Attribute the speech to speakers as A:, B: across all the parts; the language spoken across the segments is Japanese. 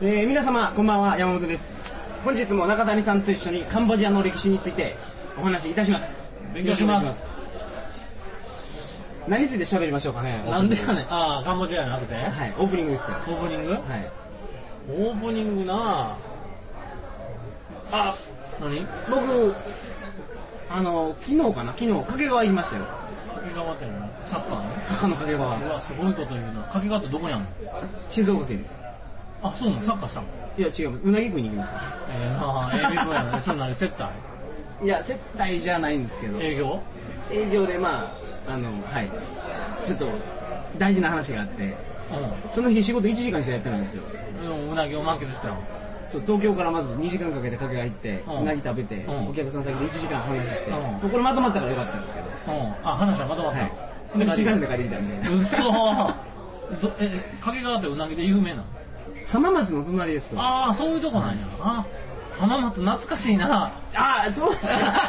A: えー皆様こんばんは山本です本日も中谷さんと一緒にカンボジアの歴史についてお話しいたします
B: 勉強します
A: 何について喋りましょうかね
B: なんでやね
A: オー
B: んああカンボジアじゃなく
A: プ
B: て
A: ニングはいオープニングですよ
B: オープニング
A: はい
B: オープニングなあ何
A: 僕あの昨日かな昨日掛川行きましたよ
B: 掛川って何サッカー
A: 坂の掛
B: のう
A: 川
B: わすごいこと言うな掛川ってどこにあんの
A: 静岡県です
B: あそうなのサッカーしたの
A: いや違ううなぎ食いに行きました
B: ええなあ営業やなそんなに接待
A: いや接待じゃないんですけど
B: 営業
A: 営業でまああのはいちょっと大事な話があってその日仕事1時間しかやってないんですよ
B: うんでもうなぎを満喫してたの
A: そう東京からまず2時間かけて掛川行って、
B: うん
A: うなぎ食べて、
B: うん
A: お客さん先で1時間話して、
B: うん
A: もうこれまとまったからよかったんですけど、
B: うんあ話はまとまった、
A: はい
B: で
A: 新幹線で帰ってきたんで
B: うそどえ掛川ってうなぎで有名なの
A: 浜松の隣ですわ
B: ああそういうとこなんや、あ浜松懐かしいな
A: ああそうです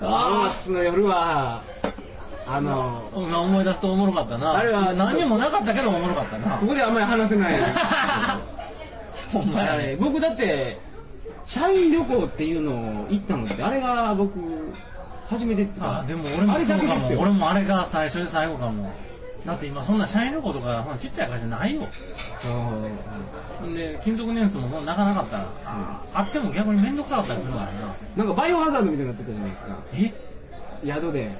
A: 浜
B: あ
A: 松の夜はあの
B: あ今思い出すとおもろかったな
A: あれは
B: 何にもなかったけどおもろかったな
A: ここではあんまり話せない
B: ほんまや
A: あ
B: ね
A: れ僕だって社員旅行っていうのを行ったのってあれが僕初めてっていうか
B: あでも俺も
A: あれ
B: そ
A: だ
B: う
A: け
B: か
A: です
B: も
A: よ
B: 俺もあれが最初で最後かもだって今そんな社員旅行とかそんなちっちゃい会社ないよ
A: うん
B: で金属年数もそんななかなかったらああっても逆に面倒くさかったりするからな
A: なんかバイオハザードみたいになってたじゃないですか
B: え
A: 宿で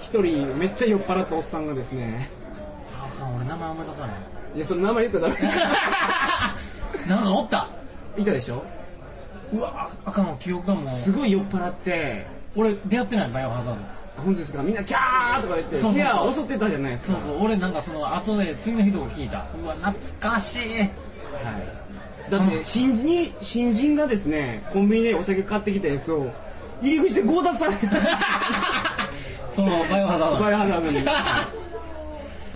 A: 一人めっちゃ酔っ払ったおっさんがですね
B: あかん俺名前思い出さない
A: いやその名前言ったらダメ です
B: なんかおった
A: いたでしょ
B: うわあかんわ記憶がもう
A: すごい酔っ払って
B: 俺出会ってないバイオハザード
A: あ本当ですかみんなキャーとか言って
B: そうそう
A: 部屋を襲ってたじゃないです
B: そ
A: か
B: うそう俺なんかその後で次の日とか聞いたうわ懐かしい
A: はい、だって新に新人がですねコンビニでお酒買ってきたやつを入り口で強奪されてました
B: そのバイオハザード
A: バイオハザー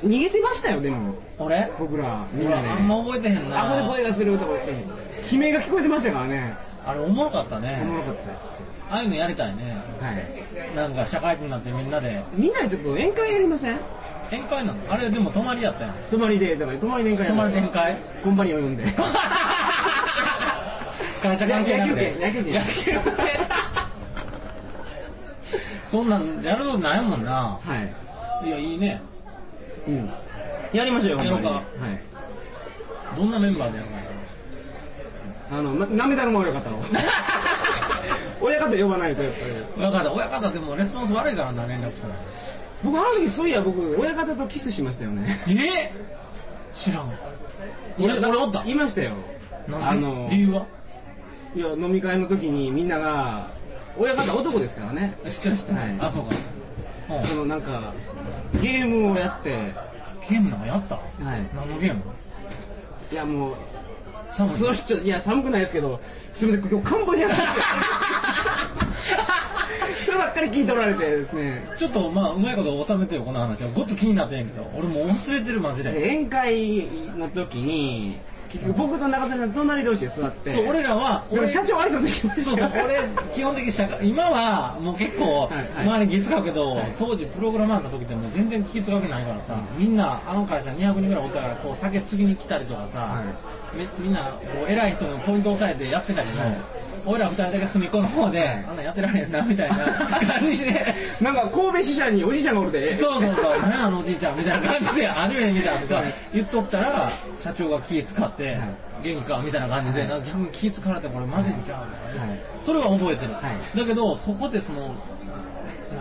A: ドに逃げてましたよでも
B: 俺
A: 僕らみん
B: 俺
A: なね
B: あんま覚えてへん
A: あ
B: な
A: ここで声がするとか言って悲鳴が聞こえてましたからね
B: あれおもろかった
A: お
B: ね
A: もろかったです
B: ああいうのやりたいね
A: はい
B: なんか社会人になってみんなで
A: みんなでちょっと宴会やりません
B: 宴会なのあれでも泊まりやったやん
A: 泊まりでだから泊まりで宴
B: 泊
A: 会や
B: ま
A: り
B: り
A: ません
B: 宴会
A: コンパニオン呼んで
B: 会社関係なくて
A: 野球券野球券
B: 野球券そんなんやることないもんな
A: はい、
B: いやいいね
A: うん、やりましょうよ本当に
B: やろ
A: はい
B: うどんなメンバーでやるのかな
A: あの、ま、なめたるも親 方を親方呼ばないとやっぱり
B: 親方親方でもレスポンス悪いからな連絡したら
A: 僕あの時そういや僕親方とキスしましたよね
B: え知らん俺俺おった
A: いましたよ
B: な
A: あ
B: んで
A: の
B: 理由はい
A: や飲み会の時にみんなが親方男ですからね
B: しっかりして
A: はい
B: あそうかうん
A: そのなんかゲームをやって
B: ゲームなんかやった
A: はい
B: 何のゲーム
A: いやもう
B: 寒い
A: その人いや寒くないですけどすみません今日カンボジアなんですよそればっかり聞いておられてですね
B: ちょっとまあうまいこと収めてよこの話はごっと気になってんけど俺もう忘れてるマジで
A: で宴会の時に結局僕と中谷さん隣同士で座って
B: そう俺らは
A: でも
B: 俺
A: 社長挨拶しま
B: そ
A: し
B: うそ
A: た
B: う
A: よ
B: 俺基本的に社会今はもう結構
A: はいはい
B: 周り月買うけど、
A: はい
B: 当時プログラマーだった時ってもう全然気使うわけないからさ、みんなあの会社200人ぐらいおったからこう酒継ぎに来たりとかさ、
A: は
B: みみんなこう偉い人のポイント押さえてやってたけど、俺ら2人だけ隅っこの方で、あんなんやってられへんなみたいな感 じで
A: なんか神戸支社におじいちゃんがおるで
B: そうそうそう何やあのおじいちゃんみたいな感じで初めて見たとか言っとったら社長が気使って、
A: はい
B: 元気かみたいな感じで、
A: はい
B: なんか逆に気使われてこれマジんちゃうみたいな。
A: はい
B: それは覚えてる、
A: はい
B: だけどそこでその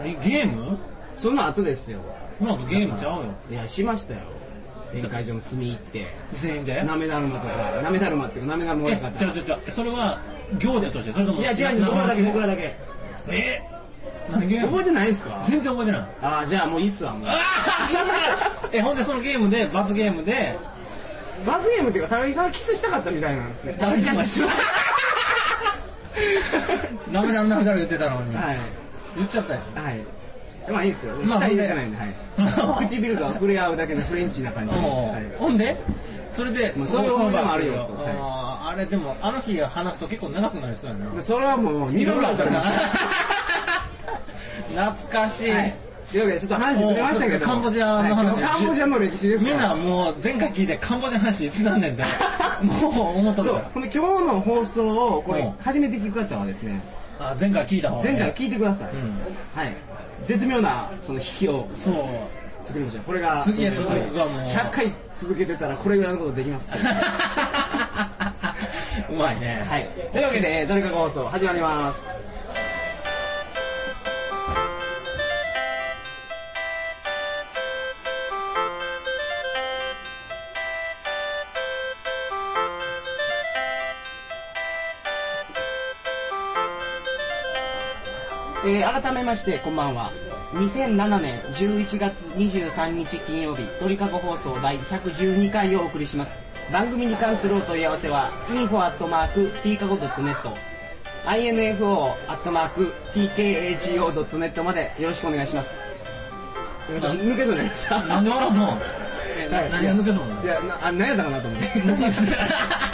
B: 何ゲーム
A: その後ですよ
B: その後ゲームちゃうよ
A: いやしましたよ宴会場の隅行って
B: 全員で
A: なめだるまとかなめだるまっていうかなめだるま親
B: え
A: 方
B: 違う違う違うそれは行事としてそれとも
A: いや違う違う僕らだけ僕らだけ
B: え何ゲー
A: 覚
B: ム
A: えてないですか
B: 全然覚えてない
A: ああじゃあもういいっすわもう
B: えほんでそのゲームで罰ゲームで
A: 罰ゲームっていうか高木さんがキスしたかったみたいなんですね
B: 誰かがしましたダメだろダメだろ言ってたのに、
A: はい
B: 言っちゃったよ
A: はいまあいいっすよ
B: まあ
A: 下入れてないんで、
B: ほん
A: は
B: で
A: い、唇が触れ合うだけのフレンチな感じで、
B: おう
A: はい
B: ほんでそれで、
A: まあそういう思い出もあるよ
B: その場所
A: はい
B: あーあれでもあの日話すと結構長くなりそうやな
A: でそれはもう二度ぐらい取れます
B: 懐かしい、
A: はいというわけでちょっと話ずれましたけど
B: カンボジアの話
A: はいカンボジアの歴史ですか
B: みん
A: ら
B: なもう前回聞いてカンボジアの話いつなんねん ってもう思っとる
A: そ
B: か
A: うこの今日の放送をこ
B: うん
A: れ初めて聞く方はですね
B: らあ前回聞いた方が
A: 前回聞いてください、
B: うん
A: はい絶妙なその引きを
B: そう
A: 作りましたこれが
B: 次へ続くがもう
A: 100回続けてたらこれぐらいのことできますよ
B: うまいね
A: はいというわけで「誰かが放送」始まりますえー改めましてこんばんは2007年11月23日金曜日鳥かご放送第112回をお送りします番組に関するお問い合わせは info.tkago.net info.tkago.net までよろしくお願いしますすいません抜けそうになりました
B: なんで笑う の
A: はい
B: 何が抜けそうなの
A: いやなあ何やったかなと思って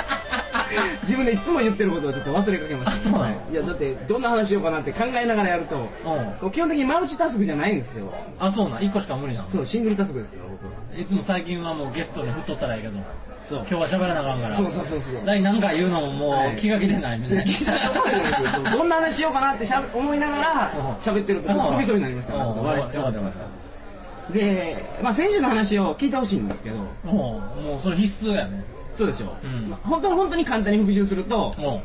A: 自分でいつも言ってることをちょっと忘れかけま
B: あ
A: し
B: そ
A: た
B: うなの
A: はいいやだってどんな話しようかなって考えながらやると
B: うん
A: 基本的にマルチタスクじゃないんですよ
B: あそうなん一個しか無理なの
A: そうシングルタスクですから僕はい
B: つも最近はもうゲストに振っとったらいいけど
A: そう
B: 今日は喋らなあかんから
A: そうそうそうそ う
B: 第何回言うのもも
A: は
B: う
A: い
B: 気が気でないみたいな
A: 聞いたところじゃないですよそうどんな話しようかなってしゃべ思いなが ら喋ってるとちょっと飛びそうになりました
B: うんよかったよかったよかった
A: で、まあ、先週の話を聞いてほしいんですけど
B: もうもうそれ必須やね
A: そうでしょ、
B: うん
A: まあ本当に本当に簡単に復習すると
B: も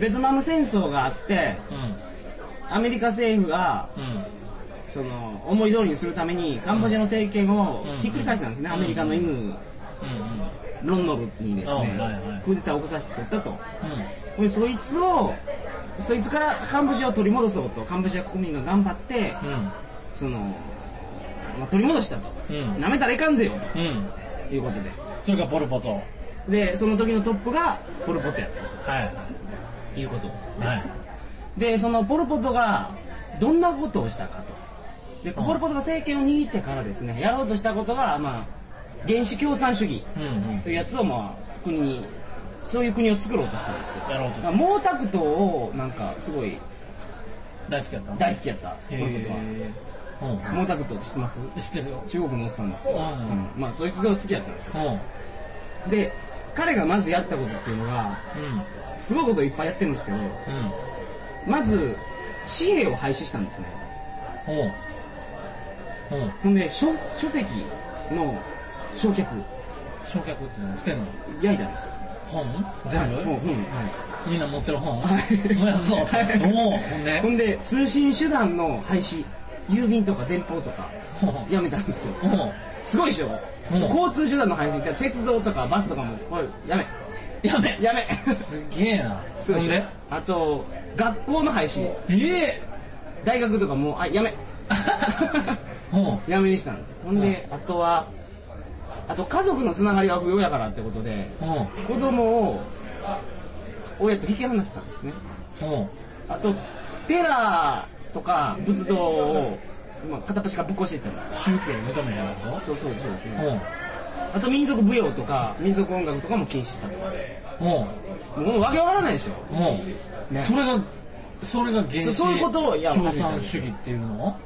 A: ベトナム戦争があって
B: うう
A: アメリカ政府が
B: んうん
A: その思い通りにするためにカンボジアの政権をひっくり返したんですね、
B: う
A: ア
B: ん
A: メリカの犬
B: うん
A: ロンノブにですね、
B: うんはいはい
A: クーデターを起こさせて取ったと
B: うん
A: ほいでそいつをそいつからカンボジアを取り戻そうとカンボジア国民が頑張ってその、まあ取り戻したと
B: うんうん
A: なめたらいかんぜよ
B: うんうん
A: ということで
B: それがポルポトは
A: でその時のトップがポル・ポトやった
B: いは
A: ということ
B: い
A: で
B: は
A: す、でそのポル・ポトがどんなことをしたかとでポル・ポトが政権を握ってからですねやろうとしたことが、まあ、原始共産主義
B: いうん
A: というやつを、まあ、国にそういう国を作ろうとしたんですよ
B: うんやろう
A: だ
B: と
A: から毛沢東をなんかすごい
B: 大好きやった
A: 大好きやったポ
B: へ
A: ル・ポトは
B: えう
A: 毛沢東って知ってます
B: ん知ってるよ
A: 中国のおっさんですよ、
B: うん
A: うんまあそいつが好きやったんですよ
B: うん
A: で彼がまずやったことっていうのが
B: うん
A: すごいこといっぱいやってるんですけど
B: うん
A: まず紙幣を廃止したんですね
B: ほうほう
A: ほんで書書籍の焼却
B: 焼却ってのは捨てんの
A: 焼いたんですよ
B: 本全部、
A: もううん
B: みんな持ってる本
A: はい
B: 燃やすぞ
A: はい
B: おおほんで
A: ほんで通信手段の廃止郵便とか電報とか
B: ほう
A: やめたんですよ
B: ほう
A: すごいでしょ、
B: うん
A: 交通手段の廃止鉄道とかバスとかもこれやめ
B: やめ
A: やめ
B: すげえな
A: すご
B: ほ
A: い
B: ん
A: でし
B: で
A: ょあと学校の廃止
B: ええ
A: 大学とかもうあやめ
B: ほ
A: やめにしたんですほんで、あとはあと家族のつながりが不要やからってことで
B: うほ
A: 子供を親と引き離したんですね
B: うほ
A: あとテラーとか仏像を、まあ、片っ端からぶっ壊していったんです
B: う
A: よ
B: 宗教に認めやがるぞ
A: そうそうそうですね
B: ほう
A: あと民族舞踊とか民族音楽とかも禁止したとか
B: ほ
A: もうわけわからないでしょ
B: うほう、
A: ね
B: それがそれが原
A: そう
B: 始
A: そういうことをや
B: 共産主義っていうの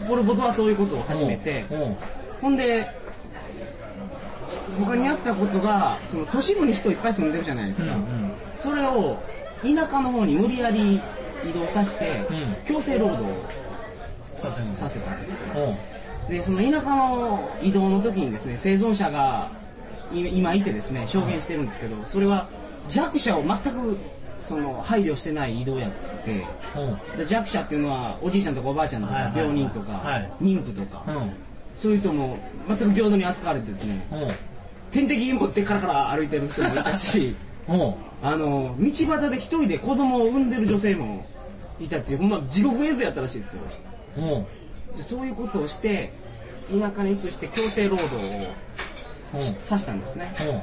A: うんポル・ポトはそういうことを始めて
B: ほうほ
A: ほんで他にあったことがその都市部に人いっぱい住んでるじゃないです
B: ううん
A: か、
B: うん
A: それを田舎の方に無理やり移動させて、
B: うん
A: 強制労働を
B: させるの
A: させたんですよ
B: ほう
A: でその田舎の移動の時にですね生存者がい今いてですね証言してるんですけどそれは弱者を全くその配慮してない移動やって
B: ほう
A: で弱者っていうのはおじいちゃんとかおばあちゃんとか、
B: はいはいはい
A: 病人とか、
B: はい
A: 妊婦とか、
B: うん
A: そういう人も全く平等に扱われてですね
B: ほう
A: 点滴持ってからから歩いてる人もいた し
B: ほ
A: あの道端で一人で子供を産んでる女性もいたっていうほんま地獄絵図やったらしいですよ
B: うほ
A: でそういうことをして田舎に移して強制労働
B: うほ
A: を
B: う
A: しさしたんですね
B: ほ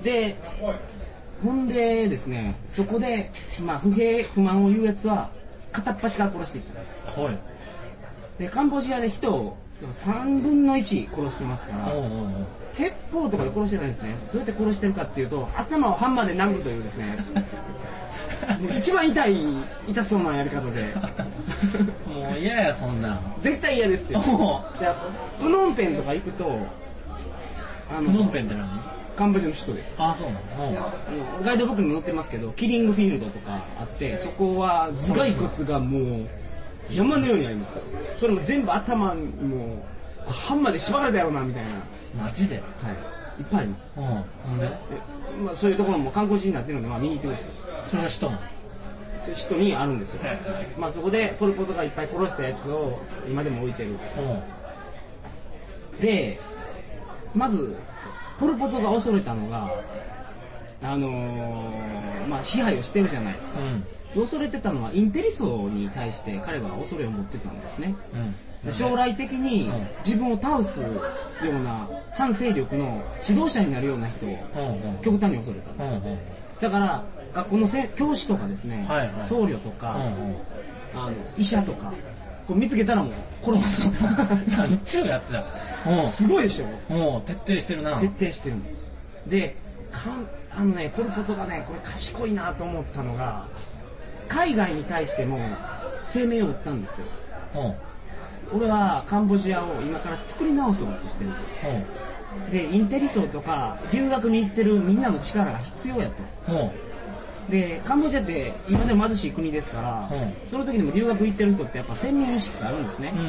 B: う
A: でほんでですねそこで、まあ、不平不満を言うやつは片っ端から殺していったんですよ
B: ほい
A: でカンボジアで人を3分の1殺してますから
B: ほうほうほう
A: 鉄砲とかで殺してないんですねどうやって殺してるかっていうと頭をハンマーで殴るというですねもう一番痛い痛そうなやり方で
B: もう嫌やそんなん
A: 絶対嫌です よ
B: も
A: でプノンペンとか行くとあ
B: うプノンペンって何
A: カンボジアの首都です
B: ああそうなの
A: あのガイドブックにも載ってますけどキリングフィールドとかあってそこは頭蓋骨がもう山のようにありますよそれも全部頭にもうハンマーで縛られたやろうなみたいな、
B: うんマジで
A: はい、いっぱいあります
B: うんほんで
A: で、まあ、そういうところも観光地になってるので、まあ、見に行ってください
B: それは人なの
A: そういう人にあるんですよ、まあ、そこでポル・ポトがいっぱい殺したやつを今でも置いてる
B: うん
A: でまずポル・ポトが恐れたのがあのーまあ支配をしてるじゃないですか
B: うん
A: 恐れてたのはインテリ層に対して彼は恐れを持ってたんですね
B: うん
A: 将来的に
B: うん
A: 自分を倒すような反勢力の指導者になるような人を
B: うんうん
A: 極端に恐れたんです
B: うん
A: だから学校のせ教師とかですね、
B: はいはい
A: 僧侶とか、
B: うんうん
A: あの医者とかこう見つけたらもう殺す とか
B: 何ちゅうやつだ
A: すごいでしょ
B: うんもう徹底してるな
A: 徹底してるんですでかんあのねポル・ポトがねこれ賢いなと思ったのが海外に対しても声明を打ったんですよ
B: うんうん
A: 俺はカンボジアを今から作り直そうとしてるとでインテリ層とか留学に行ってるみんなの力が必要やと
B: うん
A: でカンボジアって今でも貧しい国ですから、
B: う
A: その時でも留学行ってる人ってやっぱ先民意識があるんですね
B: うん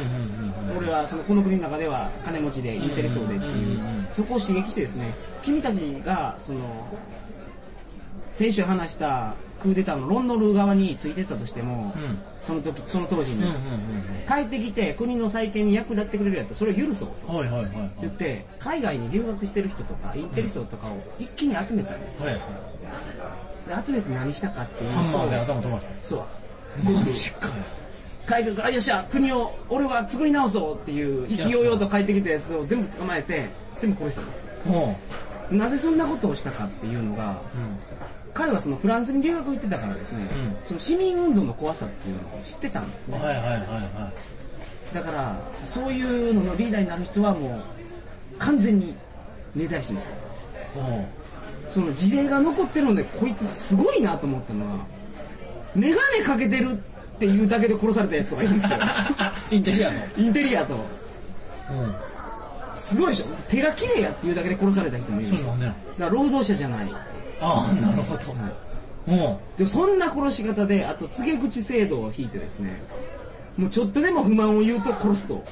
B: う、んうん
A: 俺はそのこの国の中では金持ちでインテリ層でっていう
B: うんうんうん
A: そこを刺激してですね君たちがその先週話したクーデターのロンドル側についてたとしても、
B: うん
A: その時その当時
B: うん
A: に、
B: うんうん
A: 帰ってきて国の再建に役立ってくれるやったらそれを許そうと
B: うんはいはいはい
A: 言って海外に留学してる人とかインテリ層とかを一気に集めたんです、
B: はい
A: で集めて何したかっていうと
B: ハンマーで頭飛ばす
A: そう全部
B: マジかよ
A: 海外からよっしゃ国を俺は作り直そうっていう意気揚々と帰ってきたやつを全部捕まえて全部殺したんですよ
B: うんうん
A: なぜそんなことをしたかっていうのが彼はそのフランスに留学行ってたからですね、
B: うん
A: その市民運動の怖さっていうのを知ってたんです
B: はい
A: ね
B: はいはいは
A: だからそういうののリーダーになる人はもう完全に根絶やしにした
B: いうん
A: その事例が残ってるのでこいつすごいなと思ったのは眼鏡かけてるっていうだけで殺されたやつとかいるん ですよ
B: インテリアの
A: インテリアと
B: うん
A: すごいでしょ手が綺麗やっていうだけで殺された人もいる
B: そ
A: ん
B: れ
A: ですよ
B: なんでな
A: だ
B: の
A: から労働者じゃない
B: ああなるほどうん
A: でそんな殺し方であと告げ口制度を引いてですねもうちょっとでも不満を言うと殺すと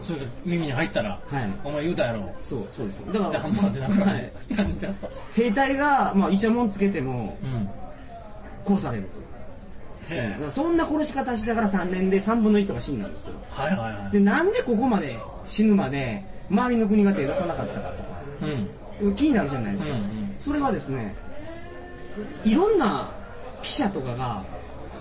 B: それが耳に入ったら
A: はい
B: お前言うたやろ
A: そうそうですだか
B: で
A: ら
B: ハンマーで殴ら
A: は
B: れ
A: い
B: る何だそれ
A: 兵隊が、まあ、イチャモンつけても
B: うん
A: 殺される
B: へ
A: だか
B: え
A: らそんな殺し方してから3年で3分の1とか死んだんですよ
B: はいはいは
A: でなんでここまで死ぬまで周りの国が手出さなかったかとか
B: いうん
A: 気になるじゃないですか、
B: うんうん
A: それはですねいろんな記者とかが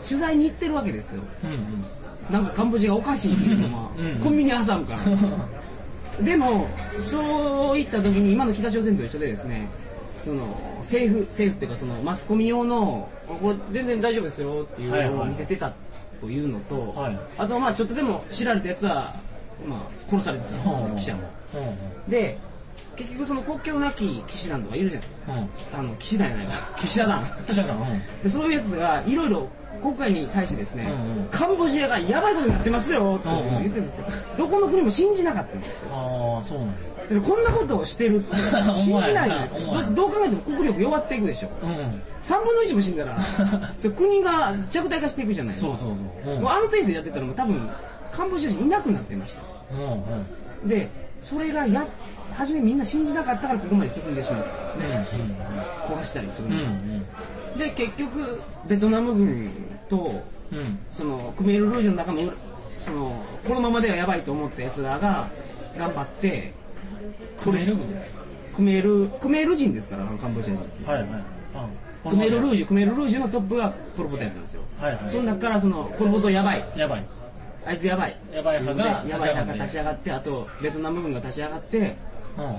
A: 取材に行ってるわけですよ
B: うんうん
A: なんかカンボジアがおかしいっていうのは、
B: うん
A: コンビニ挟むからでもそういった時に今の北朝鮮と一緒でですねその政府政府っていうかそのマスコミ用のこれ全然大丈夫ですよってい
B: はいう
A: の
B: は
A: を
B: い
A: 見せてたというのと、
B: はい
A: あとはまあちょっとでも知られたやつは、まあ、殺されてたんですよね記者も
B: うん
A: で結局その国境なき騎士団とかいるじゃん
B: うんうん
A: あの騎士団やないわ 騎士団
B: 記者だうん
A: でそういうやつがいろいろ国会に対してですね、
B: うんうん
A: カンボジアがやばいことになってますよって
B: うんうん
A: 言ってるんですけど、どこの国も信じなかったんですよ
B: ああそうなんだ
A: だってこんなことをして るって信じないじゃないです
B: お
A: か
B: 前な
A: どどう考えても国力弱っていくでしょ
B: うん
A: 3分の1も死んだ らそれ国が弱体化していくじゃないです
B: そ
A: か
B: うそうそううん
A: もうあのペースでやってたらもう多分カンボジア人いなくなってました
B: うんうん
A: でそれがや初めみんな信じなかったからここまで進んでしまったんですね殺したりする
B: うんう
A: の、
B: ん
A: で結局ベトナム軍と
B: うんうん
A: そのクメール・ルージュの中のそのこのままではやばいと思ったやつらが頑張って
B: クメル軍
A: クメールクメール人ですからあのカンボジア人
B: はいはいうん
A: クメール・ルージュクメール・ルージュのトップがポル・ポトやったんですよ、
B: はいはい
A: その中からそのポル・ポトやばい
B: やばい
A: あいつやばい
B: やばい派が
A: やばい派が
B: 立
A: 立
B: ち
A: ち上がってあとベトナム軍が立ち上がって
B: うんうん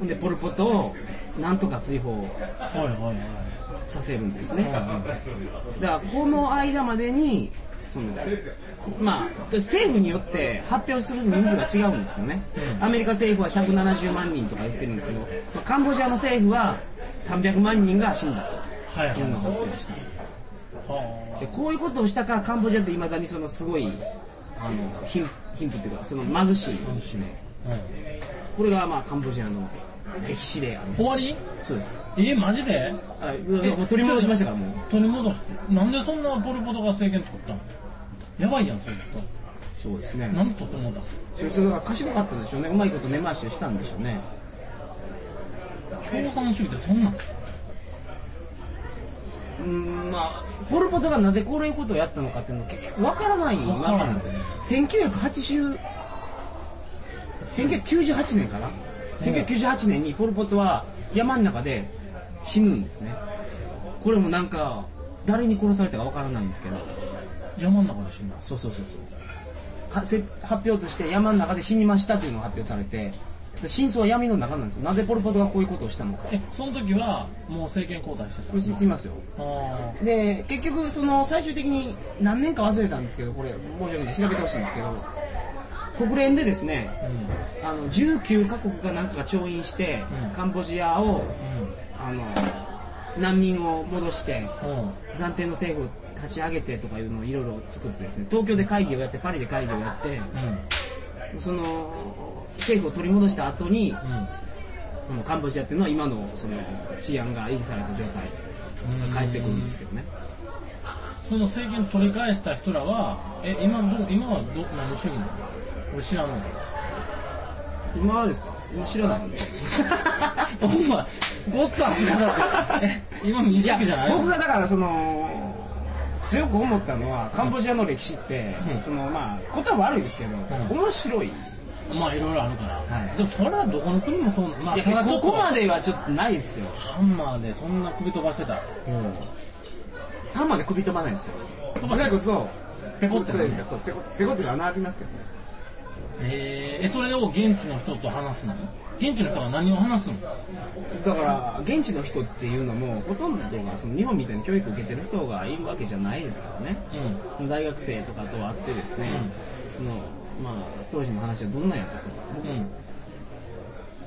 A: ほんでポル・ポトをなんとか追放
B: はいはいはい
A: させるんですね、だからこの間までにそのまあ政府によって発表する人数が違うんですけどね、アメリカ政府は170万人とか言ってるんですけど、まあカンボジアの政府は300万人が死んだ
B: はいはい
A: というのを発表したんですよでこういうことをしたからカンボジアっていまだにそのすごいあの貧貧富っていうかその貧しいこれがまあカンボジアの歴史である
B: 終わり
A: そうです
B: えマジで
A: あもう取り戻しましたからもう
B: 取り戻すなんでそんなポル・ポトが政権取ったのやばいやんそれ
A: そうですね
B: 何取ってもうた
A: それそれが賢かったんでしょうねうまいこと根回しをしたんでしょうね
B: 共産主義ってそんなん
A: うーんまあポル・ポトがなぜこういうことをやったのかっていうのは結局わからない
B: わからない
A: んですよね1980 1998年かな、1998年にポル・ポトは山の中で死ぬんですねこれもなんか誰に殺されたかわからないんですけど
B: 山の中で死んだ
A: そうそうそうそうはせ発表として山の中で死にましたというのが発表されて真相は闇の中なんですよなぜポル・ポトがこういうことをしたのか
B: えその時はもう政権交代してた
A: うちしますよ
B: あ
A: で結局その最終的に何年か忘れたんですけどこれ申し訳ない調べてほしいんですけど国連でですね
B: あうんうん
A: あの19カ国かなんかが調印して、
B: うん
A: カンボジアをあの難民を戻して
B: うん
A: 暫定の政府を立ち上げてとかいうのをいろいろ作ってですね東京で会議をやってパリで会議をやってその政府を取り戻した後にあのカンボジアっていうのは今のその治安が維持された状態
B: うん
A: が返ってくるんですけどね
B: その政権取り返した人らはえ今ど今はど何主義なの俺 知らない
A: 今はですか今知らないですね
B: お前ごっつ熱かったえ今民主主義じゃないの
A: 僕がだからその強く思ったのはカンボジアの歴史って、
B: うん
A: そのまあことは悪いですけど、
B: ん
A: 面白い
B: まあいろいろあるから、
A: はい
B: でもそれはどこの国もそうまあ
A: いや
B: ただちょ
A: こ
B: っと
A: こまではちょっとないですよ
B: ハンマーでそんな首飛ばしてた
A: ハンマーで首飛ばないですよ
B: ば
A: そ
B: な
A: れ
B: い
A: こそペコって
B: ペコってね
A: そうペコペコって穴開きますけどね
B: えーえそれを現地の人と話すの現地の人は何を話すの
A: だから現地の人っていうのもほとんどがその日本みたいに教育受けてる人がいるわけじゃないですからね
B: うん
A: 大学生とかと会ってですね、そのまあ、当時の話はどんなんやったとか
B: う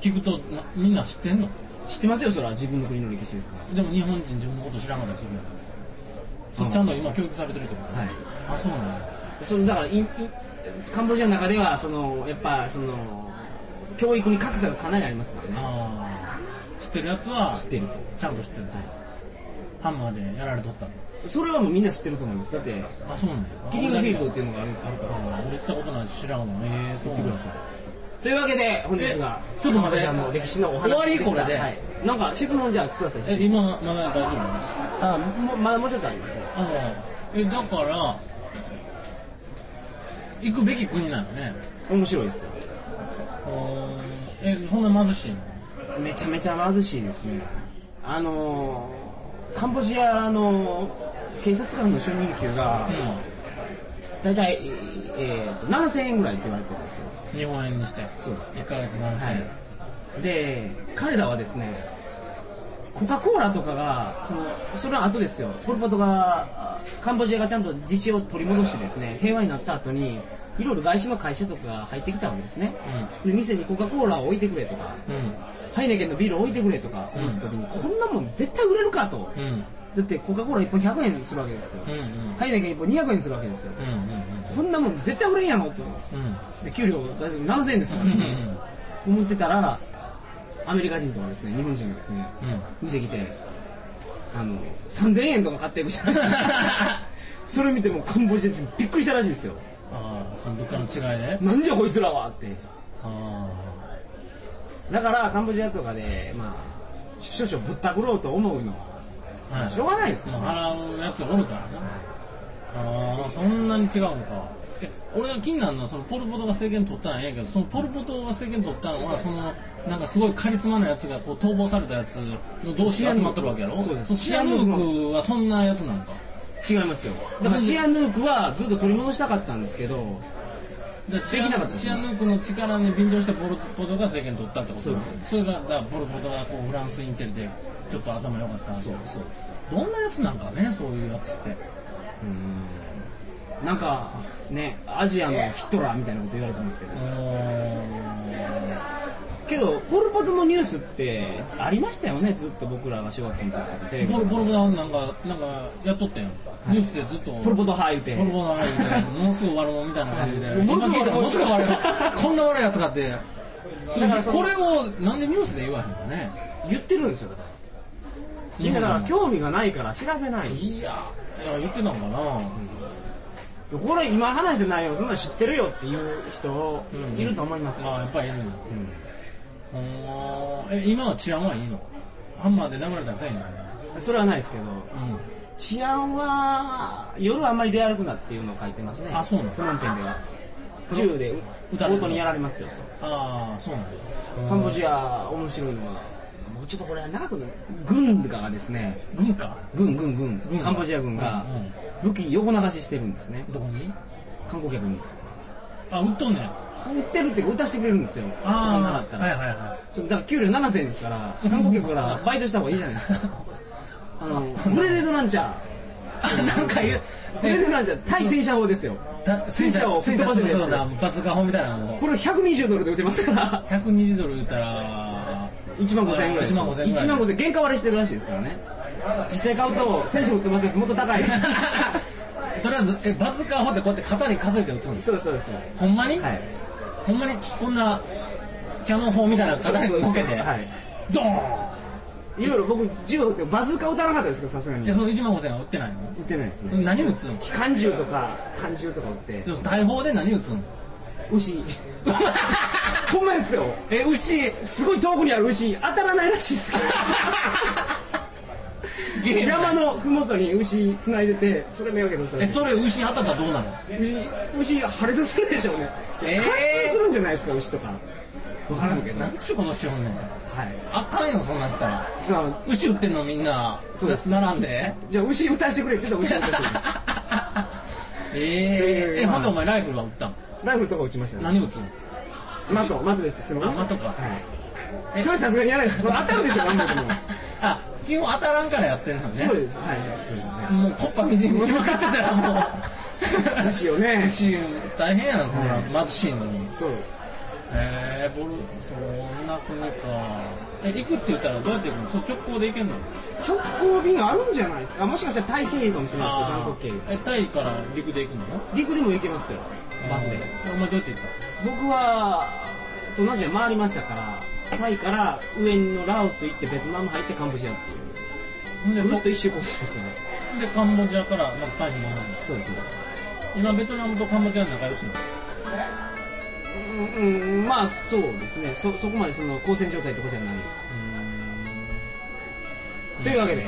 B: ん聞くとなみんな知ってんの
A: 知ってますよそれは自分の国の歴史ですか
B: でも日本人自分のこと知らんからするやんそれちゃんと今教育されてるってこと
A: ら、はい、
B: あそうなんだ
A: そのだからいいカンボジアの中ではそのやっぱその教育に格差がかなりありますからね
B: ああ知ってるやつは
A: 知ってると
B: ちゃんと知ってるとハンマーでやられとったの
A: それはもうみんな知ってると思うんですだって
B: あそうなんだ
A: キリングフィールドっていうのがあるあるから
B: 俺行ったことないし知らんのええそう
A: 言ってく
B: なんだ
A: ださいというわけで本日が
B: えちょっ
A: カ
B: と待って
A: ンボジアの歴史のお話
B: 終わりこれで
A: はい、なんか質問じゃあください
B: え今まだ大丈夫
A: あもまだもうちょっとありますね
B: ああえだから行くべき国なのね
A: 面白いですよ
B: うんえそんな貧しいの
A: めちゃめちゃ貧しいですねあのーカンボジアの警察官の初任給が大体、えーと7000円ぐらいって言われてるんですよ
B: うん日本円にして
A: そうです
B: 1ヶ月7000円、
A: はいで彼らはですねコカ・コーラとかがそのそれは後ですよポル・ポトがあカンボジアがちゃんと自治を取り戻してですね平和になった後にいろいろ外資の会社とかが入ってきたわけですね、で店にコカ・コーラを置いてくれとかハイネケンのビールを置いてくれとか思った時に、こんなもん絶対売れるかと、
B: うんうんうん
A: だってコカ・コーラ1本100円するわけですよ、
B: うんうん
A: ハイネケン1本200円するわけですよ、
B: うんうん
A: こんなもん絶対売れんやろと
B: うん
A: で給料大体7000円ですから、
B: うんうん
A: 思ってたらアメリカ人とかですね日本人がですね
B: うん
A: 店来てあの3000円とか買っていくじゃ ないですかそれ見てもうカンボジア人びっくりしたらしいですよ
B: ああその物価の違いで
A: なんじゃこいつらはって
B: ああ
A: だからカンボジアとかでまあ少々ぶったくろうと思うの
B: は
A: しょうがないですよ
B: もう払うやつおるからなああそんなに違うのかえ俺が気になるのはそのポル・ポトが政権取ったんやけどそのポル・ポトが政権取ったのはそのなんかすごいカリスマなやつがこう逃亡されたやつの同士が集まってるわけやろ
A: そうです
B: シアヌークはそんなやつなんか
A: 違いますよだからシアヌークはずっと取り戻したかったんですけど
B: でシア
A: できなかったです
B: シアヌークの力に便乗してポル・ポトが政権取ったってこと
A: そう
B: なのそれがだからポル・ポトがこうフランスインテリでちょっと頭良かったんだけど
A: そうです
B: どんなやつなんかねそういうやつって
A: なんかねアジアのヒットラーみたいなこと言われてますけど
B: うーん
A: けどポル・ポトのニュースってありましたよねずっと僕らが小学校の時とかテレビ
B: ボ
A: と
B: ル
A: か
B: ボルボダなんかなんかやっとったよ、ニュースでずっと
A: ポル・ポト入って
B: ボルボダみたいなものすぐ悪者みたいな感じで
A: ものすぐ悪者
B: 今聞いたらものすぐ悪者 こんな悪いやつがあってそ
A: だからその
B: これをなんでニュースで言わへんかね
A: 言ってるんですよだからいやだから興味がないから調べない
B: いやいや言ってたのかな、
A: これ今話の内容そんなん知ってるよっていう人いると思います、
B: まあやっぱりいるんですよ、ほーえ今は治安はいいのハンマーで殴られたらせえへんの
A: それはないですけど
B: うん
A: 治安は夜あんまり出歩くなっていうのを書いてますね
B: あそうなん
A: 不安定では銃で
B: 撃たれる
A: 強盗にやられますよ
B: ああそうなんだ
A: とカンボジア面白いのはもうちょっとこれ長くなる軍がですね
B: 軍か
A: 軍軍軍
B: 軍が
A: カンボジア軍が武器横流ししてるんですね
B: どこに
A: 観光客に
B: あ売っとんねん
A: 売ってるっていうか売たしてくれるんですよお金払
B: あ
A: った
B: あ
A: ら、
B: はいはいはい
A: それだから給料7000円ですから観光客からバイトした方がいいじゃないですか あのグレネードランチャー
B: あ なんか言う
A: グレネードランチャー対戦車砲ですよ
B: た
A: 戦車を吹っ飛ばせるやつ
B: そうだバズカ砲みたいなのを
A: これ120ドルで売ってます から
B: 120ドル言ったら
A: 1万5000円ぐらいです
B: 1万5000円ぐらい
A: 1万5000円原価割れしてるらしいですからね実際買うと戦車売ってますやつもっと高い
B: とりあえずえバズカ砲ってこうやって肩に数えて打つんです
A: そうですそうですそうです
B: ほんまに、
A: はい
B: ほんまにこんなキャノン砲みたいな肩にボけて
A: はい
B: ドー
A: いろいろ僕銃撃ってバズーカ撃たなかったですからさすが
B: ン
A: に
B: いや
A: 撃
B: その1万5000円は売ってないの
A: ってないですね
B: 何打つの
A: 機関銃とか缶銃とか撃って
B: 大砲で何打つの
A: 牛ほんまですよ
B: え牛
A: すごい遠くにある牛当たらないらしいですけど山のふもとに牛繋いでてそれ目がけてさ
B: えそれ牛当たったらどうなの
A: 牛牛破裂するでしょうね、
B: えー
A: 貫通するんじゃないですか牛とか分からんけど
B: な
A: はい
B: んちゅうことしよんねんあかんよそんなんしたら
A: だから
B: 牛売ってんのみんな
A: そうです
B: 並んで
A: じゃあ牛打たしてくれって言ったら牛打たしてくれ
B: えー、え、
A: まあ
B: ほんとお前ライフルは打ったの
A: ライフルとか打ちましたね
B: 何打つの
A: 的的ですすみません
B: あ的か
A: はいそれさすがにやらないですそれ当たる でしょ何本でも
B: あ基本当たらんからやってんのね
A: そうですはいそうですね
B: もうコッパみじんにしまかってたらもう
A: 牛をね
B: 牛大変やなそん
A: は
B: な貧しいのに
A: そう
B: えー、ボルそんな国かえ行くって言ったらどうやって行くのそう直行で行けんの
A: 直行便あるんじゃないですかあもしかしたらタイ経由かもしれないですけど
B: あ
A: 韓国経由
B: ーえタイから陸で行くの
A: 陸でも行けますよバスで
B: えお前どうやって行っ
A: 僕は東南アジア回りましたからタイから上のラオス行ってベトナム入ってカンボジアって
B: たの
A: いう
B: で
A: ぐる
B: そ
A: っと一周コースですね
B: でカンボジアから、まあ、タイに戻るの
A: そうですそうです
B: 今ベトナムとカンボジアの仲良しなの
A: うん、うん、まあそうですねそそこまでその交戦状態とかじゃないですというわけで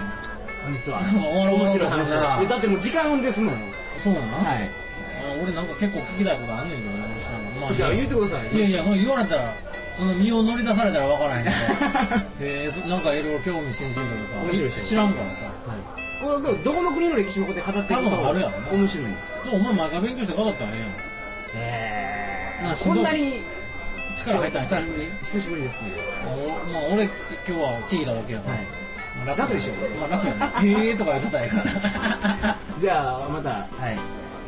A: 本日は 面 白い話
B: 面白かった
A: だ
B: な
A: だってもう時間ですもん
B: そうなの、
A: はい
B: あ俺なんか結構聞きたいことあんねんけどな知らんのまあ
A: じゃあ言うてください
B: いやいやそう言われたらその身を乗り出されたらわからへん けどえーそなんかいろいろ興味津々というか
A: 面白いでしょ
B: 知らんからさ
A: これどこの国の歴史もこうやって語っていく
B: 多分あるやろ
A: と面白いんですよ
B: でもお前毎回勉強して語ったらえ
A: え
B: ーなんかす
A: こ
B: ごい
A: んなに
B: えやん力入ったん久しぶり
A: 久しぶりですね
B: おまあ俺今日は聞いただけやから、まあ
A: 楽でしょ
B: まあ楽やねへえとか言ってたん やから
A: じゃあまたはい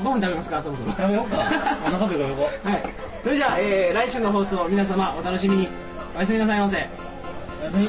A: ご飯食べますかそろそろ
B: 食べよう かお腹ペコペコ
A: はいそれじゃあ、えー来週の放送皆様お楽しみにおやすみなさいませ
B: おやすみ